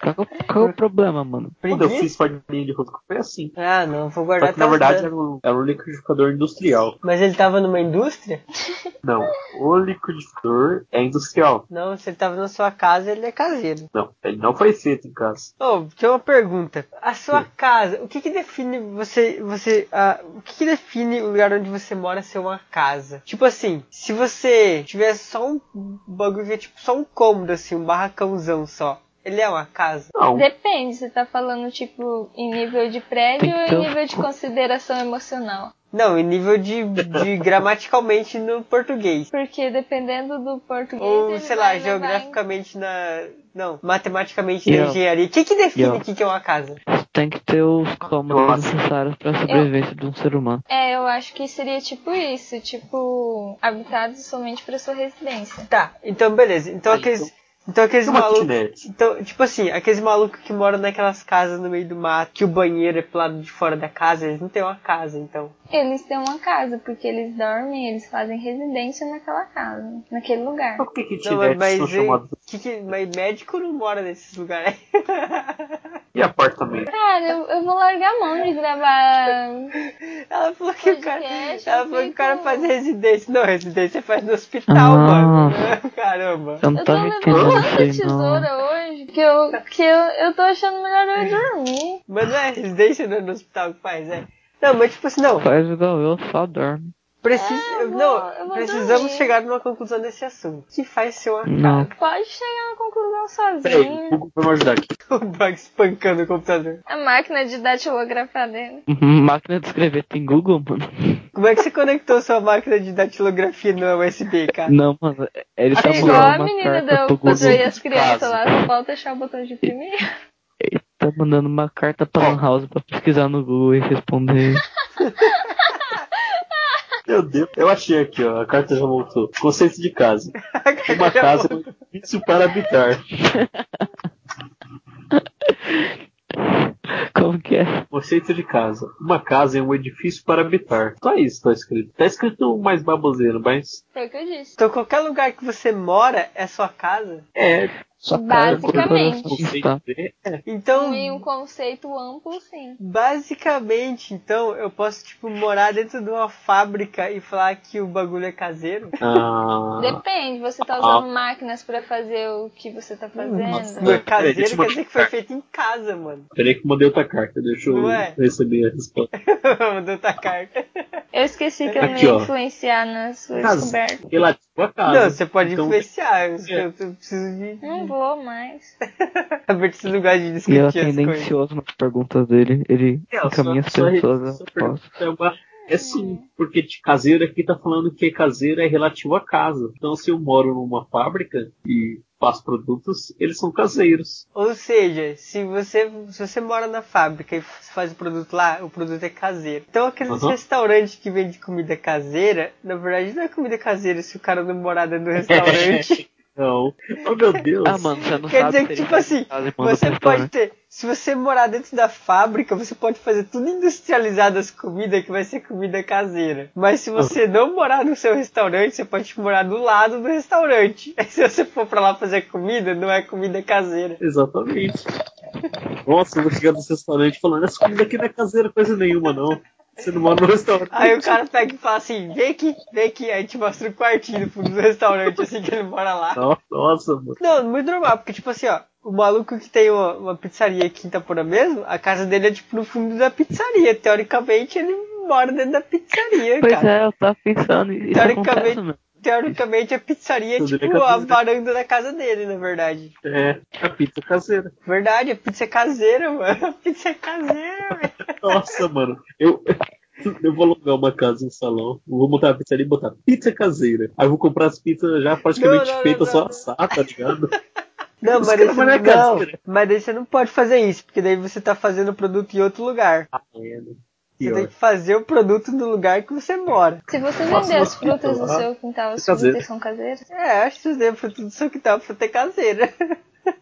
D: Qual, que é o- qual é o problema, mano?
C: Quando eu
A: preguiça.
C: fiz farinha de rosca foi assim.
A: Ah, não, vou guardar
C: Só que na
A: até os
C: verdade
A: danos.
C: era um, era um liquidificador industrial.
A: Mas ele tava numa indústria?
C: Não, o liquidificador é industrial.
A: Não, se ele tava na sua casa, ele é caseiro.
C: Não, ele não foi feito em casa.
A: Ô, tem uma pergunta. A sua casa, o que que define você, você, ah, o que que define o lugar onde você mora ser uma casa? Tipo assim, se você tiver só um bagulho que é tipo só um cômodo assim, um barracãozão só, ele é uma casa?
C: Não,
B: Depende, você tá falando, tipo, em nível de prédio
D: Tem que
B: ou
D: ter
B: em
D: um-
B: nível de consideração emocional.
A: Não, em nível de, de gramaticalmente no português.
B: Porque dependendo do português.
A: Ou,
B: ele
A: sei
B: vai
A: lá,
B: levar em-
A: geograficamente na. Não, matematicamente na
D: Yeah.
A: engenharia. O que que define
D: Yeah.
A: o que que é uma casa?
D: Tem que ter os cômodos
C: Nossa.
D: necessários pra sobrevivência de um ser humano.
B: É, eu acho que seria tipo isso, tipo, habitados somente pra sua residência.
A: Tá, então beleza. Então
C: Ah,
A: aqueles.
C: então-
A: Então aqueles
C: Uma
A: malucos.
C: kitnet.
A: Então, tipo assim, aqueles malucos que moram naquelas casas no meio do mato, que o banheiro é pro lado de fora da casa, eles não têm uma casa, então.
B: Eles têm uma casa, porque eles dormem, eles fazem residência naquela casa, naquele lugar.
C: Mas por que
A: Não, mas, é
C: kitnets são
A: mas,
C: chamadas
A: e- que, que, mas médico não mora nesses lugares.
C: de apartamento?
B: Cara, eu, eu vou largar a mão de gravar.
A: Ela falou que o cara.
B: Podcast, é
A: Ela falou que o cara
B: fico-
A: faz residência. Não, residência faz no hospital,
D: Ah.
A: mano. Caramba.
D: Eu não tá
B: Eu tô
D: tava
B: levando
D: entendendo
B: tanta
D: isso aí, não.
B: tesoura hoje que eu, que eu, eu tô achando melhor eu dormir.
A: Mas não é residência não é no hospital que faz, é. Não, mas tipo assim, não.
D: Faz igual eu, só dorme.
A: Precisa,
B: É, eu vou- eu
A: não
B: vou
A: precisamos
B: dormir.
A: chegar numa conclusão desse assunto. O que faz ser uma
D: Não.
A: casa?
B: Pode chegar a uma conclusão
C: Peraí,
A: É.
C: o
B: sozinho.
C: Google vai me ajudar aqui.
A: O Bug espancando o computador.
B: A máquina de datilografar dele.
D: Uhum, Máquina de escrever tem Google, mano?
A: Como é que você conectou sua máquina de datilografia no USB, cara?
D: Não, mano. Ele tá
B: É igual a
D: mandando uma
B: menina
D: carta
B: do
D: pro
B: Patrulha e
D: Google.
B: as crianças
C: Caso.
B: lá, só falta achar o botão de imprimir.
D: Ele tá mandando uma carta pra Lan House pra pesquisar no Google e responder.
C: Meu Deus, eu achei aqui, ó. A carta já voltou. Conceito de casa. Uma casa é um edifício para habitar.
D: Como que é?
C: Conceito de casa. Uma casa é um edifício para habitar. Só isso tá escrito. Tá escrito mais baboseiro, mas
B: Foi o que eu disse.
A: Então qualquer lugar que você mora é sua casa?
C: é.
D: Sua cara do
B: Basicamente.
D: coração está.
C: Conceito de... é.
A: Então,
B: E um conceito amplo, sim.
A: basicamente, então, eu posso, tipo, morar dentro de uma fábrica e falar que o bagulho é caseiro?
C: Ah,
B: Depende, você tá
C: Ah. Hum,
B: usando máquinas pra fazer o que você tá
A: Se
B: fazendo.
A: não é
C: Peraí,
A: caseiro
C: deixa eu
A: quer dizer que foi
C: modificar.
A: feito em casa, mano.
C: Peraí que eu mandei outra carta. Deixa eu
A: Ué.
C: receber a resposta.
A: Mandou outra carta.
B: Eu esqueci que eu
C: Aqui,
B: não
C: ó.
B: ia influenciar na sua
C: Casa.
B: descoberta.
C: Relativo à casa.
A: Não, você pode
C: Então,
A: influenciar. Eu, eu preciso de...
B: Não vou mais.
A: A Bertice não gosta de
D: E ela é
A: discutir as coisas.
D: tendencioso nas perguntas dele. Ele
C: É, a
D: encaminha
C: sua-
D: as
C: sua-
D: pessoas às
C: sua pergunta
D: respostas.
C: é uma É sim, porque de caseiro aqui tá falando que caseiro é relativo à casa. Então, se eu moro numa fábrica e faço produtos, eles são caseiros.
A: Ou seja, se você, se você mora na fábrica e faz o produto lá, o produto é caseiro. Então aqueles
C: Aham.
A: restaurantes que vendem comida caseira, na verdade não é comida caseira se o cara não morar dentro do restaurante.
C: Não. Oh, meu Deus.
D: Ah, mano, você não
A: Quer
D: sabe.
A: dizer que,
D: se ele
A: tipo assim,
D: faz e manda
A: você
D: pro
A: pode
D: restaurante.
A: ter. Se você morar dentro da fábrica, você pode fazer tudo industrializado as comidas, que vai ser comida caseira. Mas se
D: Ah.
A: você não morar no seu restaurante, você pode morar do lado do restaurante. Aí se você for pra lá fazer comida, não é comida caseira.
C: Exatamente. Nossa, eu vou chegar nesse restaurante falando, essa comida aqui não é caseira coisa nenhuma, não. Você não mora no restaurante.
D: Ah.
A: Aí o cara pega e fala assim, vem aqui, vem aqui, aí te mostra o quartinho do fundo do restaurante, assim que ele mora lá.
C: Não, Nossa, mano.
A: Não, muito normal, porque tipo assim, ó, o maluco que tem uma, uma pizzaria aqui em Itapura mesmo, a casa dele é tipo no fundo da pizzaria. Teoricamente ele mora dentro da pizzaria,
D: Pois
A: cara.
D: é, eu tava pensando. Isso
A: Teoricamente-
D: acontece, mano.
A: Teoricamente a pizzaria é
C: Tudo bem
A: tipo
C: que eu
A: a
C: fiz, né?
A: varanda da casa dele, na verdade.
C: É, a pizza caseira.
A: Verdade, a pizza é caseira, mano. A pizza é caseira, velho.
C: Nossa, mano. Eu, eu vou alugar uma casa um salão. eu Vou montar uma pizzaria e botar pizza caseira. Aí eu vou comprar as pizzas já praticamente
A: Não, não,
C: feitas,
A: não,
C: só
A: não.
C: assar, tá ligado?
A: Não, mas
C: Os
A: daí
C: caras
A: você
C: moram
A: não,
C: na caseira.
A: mas daí você não pode fazer isso, porque daí você tá fazendo o produto em outro lugar.
C: Ah, é, né?
A: Você tem
C: Pior.
A: que fazer o produto no lugar que você mora.
B: Se você
C: Faça
B: vender as
C: uma
B: frutas
C: fruta
B: do
C: lá,
B: seu quintal, as
C: é caseiro.
B: frutas são caseiras?
A: É, acho que isso foi tudo seu quintal pra ter caseira.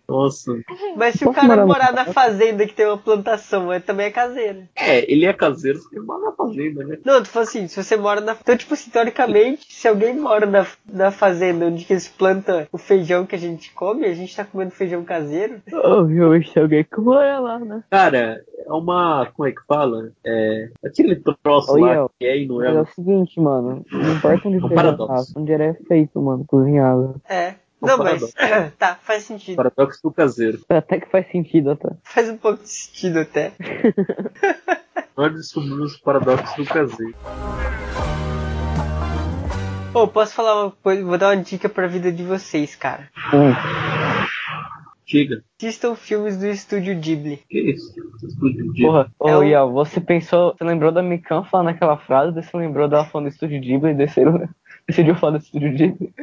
C: Nossa.
A: Mas se o
D: Posso
A: cara
D: morar no
A: morar na fazenda que tem uma plantação, é também é caseira.
C: É, ele é caseiro, porque ele mora na fazenda, né?
A: Não, tu falou assim, se você mora na. Então, tipo assim, teoricamente, se alguém mora na, na fazenda onde que eles plantam o feijão que a gente come, a gente tá comendo feijão caseiro.
D: Oh, meu, esse é alguém que mora lá, né?
C: Cara, é uma. Como é que fala? É. Aquele troço
D: Oi,
C: lá
D: El.
C: que é e não
D: Mas é
C: é.
D: o seguinte, mano. Não importa onde
C: É um
D: seja a
C: paradoxo.
D: raça, onde ele é feito, mano, cozinhado.
A: É.
C: Um
A: Não, mas. tá, faz sentido.
C: Paradoxo do caseiro.
D: Até que faz sentido, até.
A: Faz um pouco de sentido até.
C: Nós descobrimos é o paradoxo do caseiro.
A: Ô, posso falar uma coisa? Vou dar uma dica pra vida de vocês, cara.
D: Hum.
C: Chega.
A: Assistam filmes do estúdio Ghibli.
C: Que isso? Estúdio de-
D: Porra, ô
A: É um-
D: Iel, você pensou, você lembrou da Mikan falando aquela frase, daí você lembrou dela falando do Estúdio Ghibli e decidiu, decidiu falar do Estúdio Ghibli?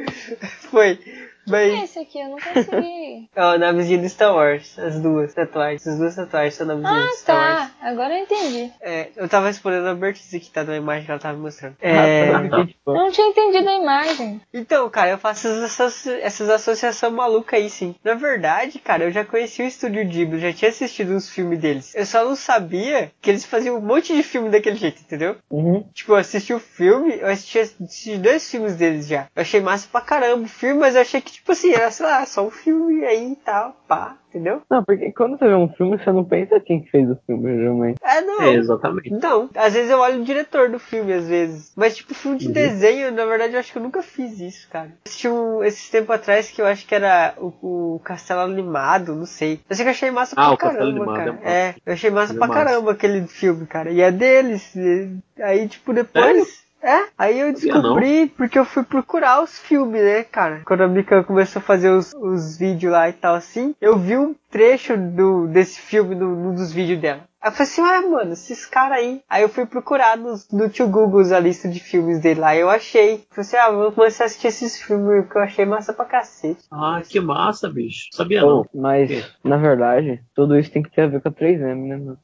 A: Foi. Mas.
B: É esse aqui, eu não consegui.
A: É a navezinha do Star Wars, as duas tatuagens, as duas tatuagens são navezinhas
B: ah,
A: do
C: Então
A: Star
C: é
A: Wars.
B: tá. Agora eu entendi.
A: É, eu tava respondendo a Bertice aqui, tá? Da imagem que ela tava me mostrando.
D: Ah,
A: É,
D: tá, eu fiquei, tipo,
B: Eu não tinha entendido a imagem.
A: então, cara, eu faço essas, asso- essas associações malucas aí, sim. Na verdade, cara, eu já conheci o Estúdio Ghibli, já tinha assistido uns filmes deles. Eu só não sabia que eles faziam um monte de filme daquele jeito, entendeu?
D: uhum.
A: Tipo, eu assisti o filme, eu assisti, assisti dois filmes deles já. Eu achei massa pra caramba o filme, mas eu achei que, tipo assim, era, sei lá, só um filme aí e tal, pá, entendeu?
D: Não, porque quando você vê um filme, você não pensa quem que fez o filme, geralmente.
A: É, não.
C: É, exatamente.
A: Não, Então, às vezes eu olho o diretor do filme, às vezes. Mas, tipo, filme de
C: Uhum.
A: desenho, na verdade, eu acho que eu nunca fiz isso, cara. Assisti um, esses tempo atrás que eu acho que era o, o Castelo Animado, não sei. Eu sei que eu achei massa
C: Ah,
A: pra
C: o Castelo
A: caramba,
C: Animado é
A: cara.
C: massa.
A: É, eu achei massa
C: É
A: pra
C: massa.
A: caramba aquele filme, cara. E é deles. e- aí, tipo, depois. É, aí eu
C: Sabia não.
A: descobri porque eu fui procurar os filmes, né, cara? Quando a Mika começou a fazer os, os vídeos lá e tal assim, eu vi um trecho do, desse filme no- num dos vídeos dela. Aí eu falei assim, ué, mano, esses caras aí. Aí eu fui procurar nos, no tio Google a lista de filmes dele lá, eu achei. Falei assim, ah, vou começar a assistir esses filmes porque eu achei massa pra cacete.
C: Ah, que massa, bicho. Sabia
D: Pô,
A: Então,
C: não.
D: mas,
C: É.
D: na verdade, tudo isso tem que ter a ver com a 3M, né, mano?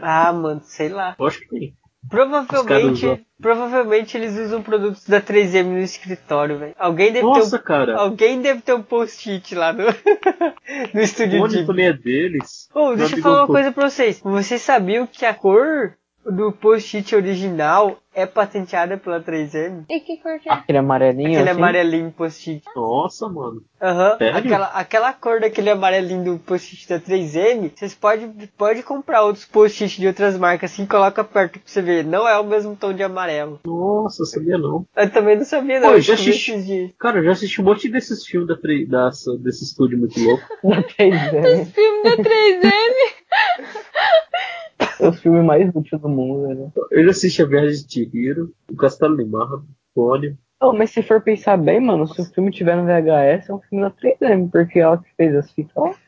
A: Ah, mano, sei lá.
C: Eu acho que tem. Os caras
A: Provavelmente,
C: usam.
A: provavelmente eles usam produtos da 3M no escritório, velho. Alguém deve ter um
C: Nossa, cara.
A: Alguém deve ter um post-it lá no, no
C: O
A: estúdio
C: ônibus
A: de.
C: também é deles.
A: Oh, deixa eu
C: Meu
A: falar uma
C: amigo,
A: coisa pra vocês. Vocês sabiam que a cor do post-it original é patenteada pela 3M?
B: E que cor que
C: Ah.
B: é?
D: Aquele amarelinho,
A: Aquele
D: assim,
A: amarelinho post-it.
C: Nossa, mano.
A: Aham.
C: Sério?
A: Aquela, aquela cor daquele amarelinho do post-it da 3M, vocês podem pode comprar outros post-it de outras marcas assim, coloca perto pra você ver. Não é o mesmo tom de amarelo.
C: Nossa, sabia não.
A: Eu também não sabia, não.
C: Pô, eu já
A: descobri
C: assisti-
A: esses dias.
C: Cara, eu já assisti um monte desses filmes da, tre- da, desse estúdio muito louco.
D: da 3M.
B: Filme da 3M.
D: é o filme mais útil do mundo, né? velho.
C: Eu já assisti A Viagem de Chihiro, O Castelo de Marra, o ônibus.
D: Oh, mas se for pensar bem, mano, se o filme tiver no VHS, é um filme da 3M, porque ela que fez as fitas. ó.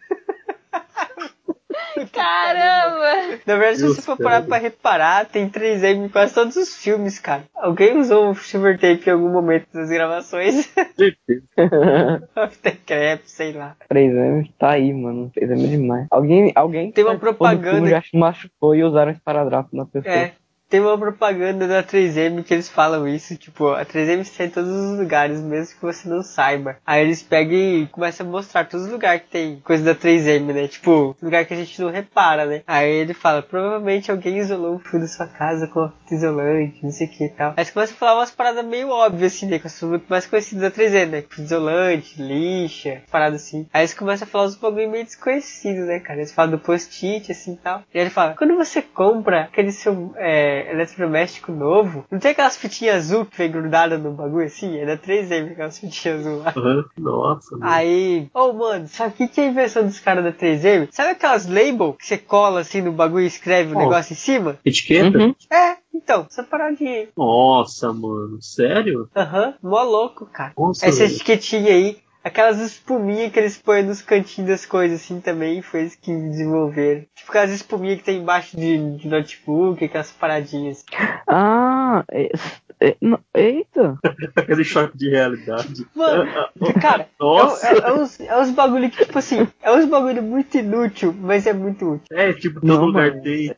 B: Caramba!
A: Na verdade, se
C: Deus
A: você for parar
C: céu.
A: pra reparar, tem 3M em quase todos os filmes, cara. Alguém usou um silver tape em algum momento das gravações?
C: certeza.
A: After crap, sei lá.
D: 3M tá aí, mano. 3M é demais. Alguém, alguém
A: Tem uma
D: participou do
A: propaganda
D: filme já se machucou e usaram esparadrapo na pessoa.
A: É. Tem uma propaganda da 3M que eles falam isso, tipo, a 3M está em todos os lugares, mesmo que você não saiba. Aí eles pegam e começam a mostrar todos os lugares que tem coisa da 3M, né? Tipo, lugar que a gente não repara, né? Aí ele fala, provavelmente alguém isolou o fio da sua casa com uma fita isolante, não sei o que e tal. Aí eles começam a falar umas paradas tá meio óbvias, assim, né? Que são muito mais conhecidas da 3M, né? Fita isolante, lixa, parada assim. Aí eles começam a falar uns bagulho meio desconhecido, né, cara? Eles falam do post-it, assim, e tal. E aí ele fala, quando você compra aquele seu é, eletrodoméstico novo, não tem aquelas fitinhas azul que vem grudada no bagulho, assim? É da 3M, aquelas fitinhas azul lá.
C: Aham. Nossa, mano.
A: Aí, ô mano, sabe o que, que é a invenção dos caras da 3M? Sabe aquelas label que você cola assim no bagulho e escreve o
C: Oh.
A: negócio em cima?
C: Etiqueta?
D: Uhum.
A: É, então, essa paradinha aí.
C: Nossa, mano. Sério?
A: Aham, mó louco, cara.
C: Nossa,
A: Essa é
C: velho.
A: etiquetinha aí, aquelas espuminhas que eles põem nos cantinhos das coisas assim também, foi eles que desenvolveram. Tipo aquelas espuminhas que tem embaixo de, de notebook, aquelas paradinhas.
D: Ah, é- é- não- eita.
C: Aquele choque de realidade.
A: Mano,
D: Ah,
A: cara, é, um-
C: Nossa.
A: é, é uns, é uns bagulho que, tipo assim, é uns bagulho muito inútil, mas é muito útil.
C: É, tipo, todo
D: Não,
C: lugar
D: mano.
C: tem.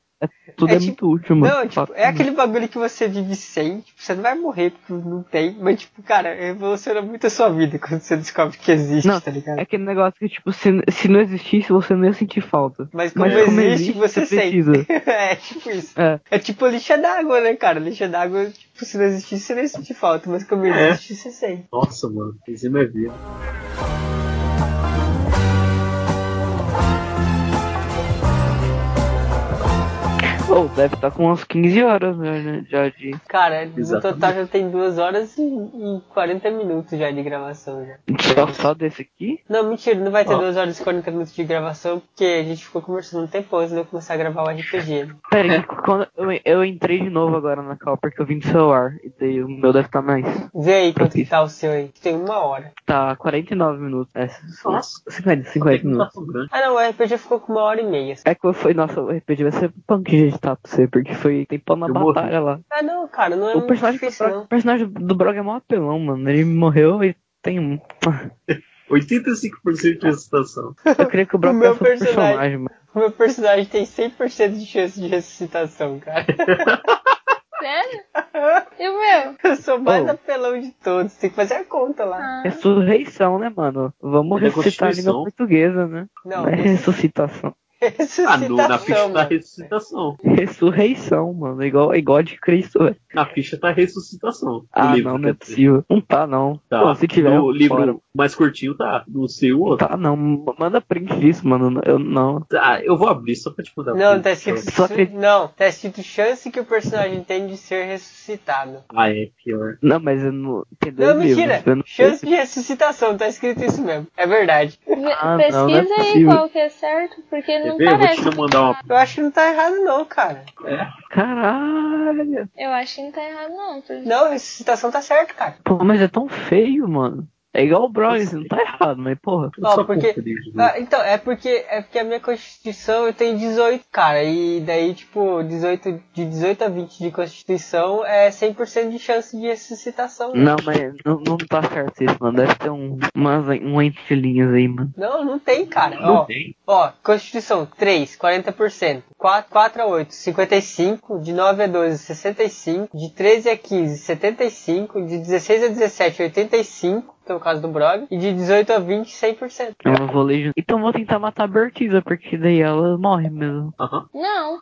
D: Tudo
A: É
D: é,
A: tipo-
D: muito útil, mano.
A: Não, tipo, é aquele bagulho que você vive sem, tipo, você não vai morrer porque não tem, mas tipo, cara, revoluciona muito a sua vida quando você descobre que existe,
D: Não,
A: tá ligado?
D: É aquele negócio que, tipo, se, se não existisse, você não ia sentir falta.
A: Mas como,
D: Mas como
A: existe,
D: existe,
A: você
D: você
A: sente.
D: precisa.
A: é tipo isso.
D: É.
A: É tipo lixa d'água, né, cara? Lixa d'água, tipo, se não existisse, você não ia sentir falta, mas como
C: É.
A: existe, você sente.
C: Nossa, mano. Enzima é vida.
D: Ou deve estar com umas 15 horas né, né, já de,
A: Cara, no
C: Exatamente.
A: total já tem 2 horas e, e 40 minutos já de gravação já.
D: só, só desse aqui.
A: Não, mentira, não vai ter
C: Ó.
A: 2 horas e 40 minutos de gravação, porque a gente ficou conversando um tempo antes de eu começar a gravar o RPG. né?
D: Pera aí, quando eu, eu entrei de novo agora na cal porque eu vim do celular. E daí o meu deve estar mais.
A: Vê aí quanto que
D: Propício.
A: tá o seu aí, que tem uma hora.
D: Tá 49 minutos. É,
C: Nossa.
D: 50,
C: Até
D: 50
C: que não tá
D: minutos.
C: tão grande.
A: Ah não, o RPG ficou com uma hora e meia.
D: É que foi, nossa, o RPG vai ser punk de editar pra você, porque foi tem pau na
C: Eu morri.
D: batalha lá.
A: Ah não, cara, não é
D: O
A: muito
D: personagem, tá do
A: difícil
D: Brog,
A: não.
D: o personagem do Brog é mó apelão, mano. Ele morreu e tem um.
C: 85% de ressuscitação.
D: Eu queria que o Brog
A: O meu
D: fosse personagem.
A: personagem.
D: personagem, mano.
A: O meu personagem tem 100% de chance de ressuscitação, cara.
B: Sério? E o meu?
A: Eu sou mais
D: Oh.
A: apelão de todos, tem que fazer a conta lá.
B: Ah,
D: É Ressurreição, né, mano? Vamos
C: Ele é
D: ressuscitar a língua
C: Constituição.
D: portuguesa, né?
A: Não,
D: Não é ressuscitação.
C: Ah, no,
A: ressuscitação.
C: na ficha tá
A: mano.
C: ressuscitação.
D: Ressurreição, mano. Igual, igual de Cristo, velho.
C: Na ficha tá ressuscitação. No
D: Ah,
C: livro,
D: não, não é
C: quer dizer.
D: possível. Não tá, não.
C: Tá.
D: Pô, se tiver,
C: no
D: eu
C: livro
D: fora.
C: mais curtinho tá. No seu
D: Não
C: outro.
D: tá, não. Manda print disso, mano. Eu não.
C: Ah, eu vou abrir só pra te mandar.
A: Não,
C: pra-
A: tá escrito.
D: Só acredito.
A: Não, tá escrito chance que o personagem tem de ser ressuscitado.
C: Ah, é pior.
D: Não, mas eu não. Tem dois
A: Não,
D: livros,
A: mentira.
D: eu não sei
A: Chance de ressuscitação, tá escrito isso mesmo. É verdade.
B: vê-
D: Ah, não, não é
B: pesquisa aí
D: possível.
B: qual que é certo, porque
C: Quer
B: não
C: ver? Eu vou
B: parece.
C: te mandar uma. É,
A: Eu acho que não tá errado, não, cara.
D: se- Caralho.
B: Eu acho que não tá errado, não. Por...
A: Não, ressuscitação tá certo, cara.
D: Pô, mas é tão feio, mano. É igual o Brog, assim, não tá errado, mas porra.
C: Eu
A: Ó,
C: só
A: porque-
C: confundi,
D: Hum.
C: gente.
A: Ah, então, é porque é porque a minha constituição eu tenho 18, cara. E daí, tipo, 18, de 18 a 20 de constituição é 100% de chance de ressuscitação. né?
D: Não, mas não, não tá certo isso, mano. Deve ter um, umas, um entre linhas aí, mano.
A: Não, não tem, cara.
C: Não
A: tá- Ó,
C: tem.
A: Ó, Constituição 3, 40%. 4, 4 a 8, 55. De 9 a 12, 65. De 13 a 15, 75. De 16 a 17, 85. Que é o caso do Brog. E de 18 a 20, 100%.
D: Eu não vou ler junto. Então eu vou tentar matar a Bertiza, porque daí ela morre mesmo.
C: Aham.
B: Não,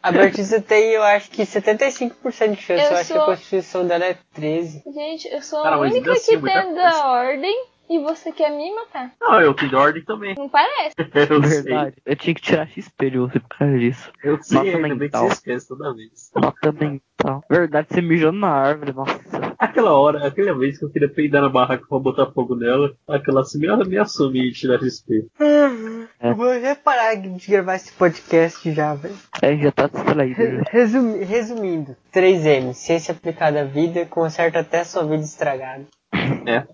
A: A Bertista tem, eu acho que 75% de chance. Eu, acho que
B: Eu
A: a
B: sou-
A: Constituição dela é 13.
B: gente, eu sou a
C: Cara, mas
B: única
C: ainda assim é
B: que
C: muita
B: tem
C: coisa.
B: da ordem e você quer me matar.
C: Ah, eu tenho ordem também.
B: Não parece.
C: Eu sei.
D: Verdade. Eu tinha que tirar XP de você por causa disso.
C: Eu sei,
D: Nossa,
C: ainda bem que
D: mental.
C: você esquece toda vez.
D: Nota mental. Verdade, você mijou na árvore, nossa.
C: Aquela hora, aquela vez que eu queria peidar na barraca pra botar fogo nela, aquela se me ameaçou me tirar XP.
D: É.
A: Eu vou já parar de gravar esse podcast já, velho.
D: É, já tá distraído.
A: Re-
D: já.
A: resumi- resumindo, 3M, ciência aplicada à vida, conserta até sua vida estragada.
C: É.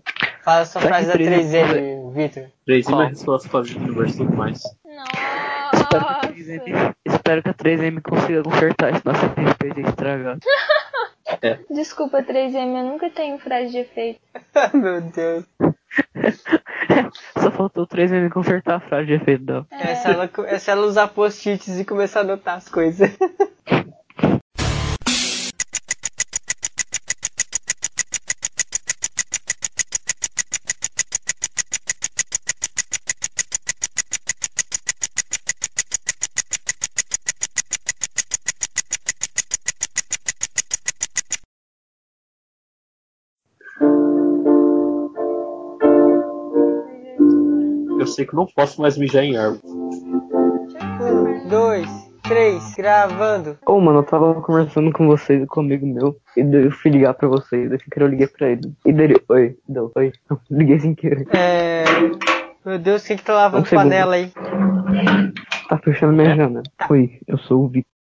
A: Fala a sua
D: Será
A: frase da
D: que 3M
A: 3M, Vitor.
C: Três e
D: Qual?
C: mais respostas fazendo universo tudo mais.
B: Nossa.
D: Espero que a 3M espero que a 3M consiga consertar esse nosso respeito estragado.
B: Desculpa, 3M, eu nunca tenho frase de efeito.
A: Meu Deus.
D: Só faltou o 3M consertar a frase de efeito dela.
A: É se ela, é se ela usar post-its e começar a anotar as coisas.
C: Eu sei que não posso mais mijar em árvore.
A: Um, dois, três, gravando.
D: Ô, mano, eu tava conversando com vocês, com um amigo meu, e daí eu fui ligar pra vocês, eu achei que eu liguei pra ele. E daí ele, oi, não, oi, liguei sem querer.
A: É. Meu Deus, quem que tá
D: Um
A: lavando
D: segundo.
A: panela aí?
D: É. Tá fechando minha janela. Oi, eu sou o Vitor.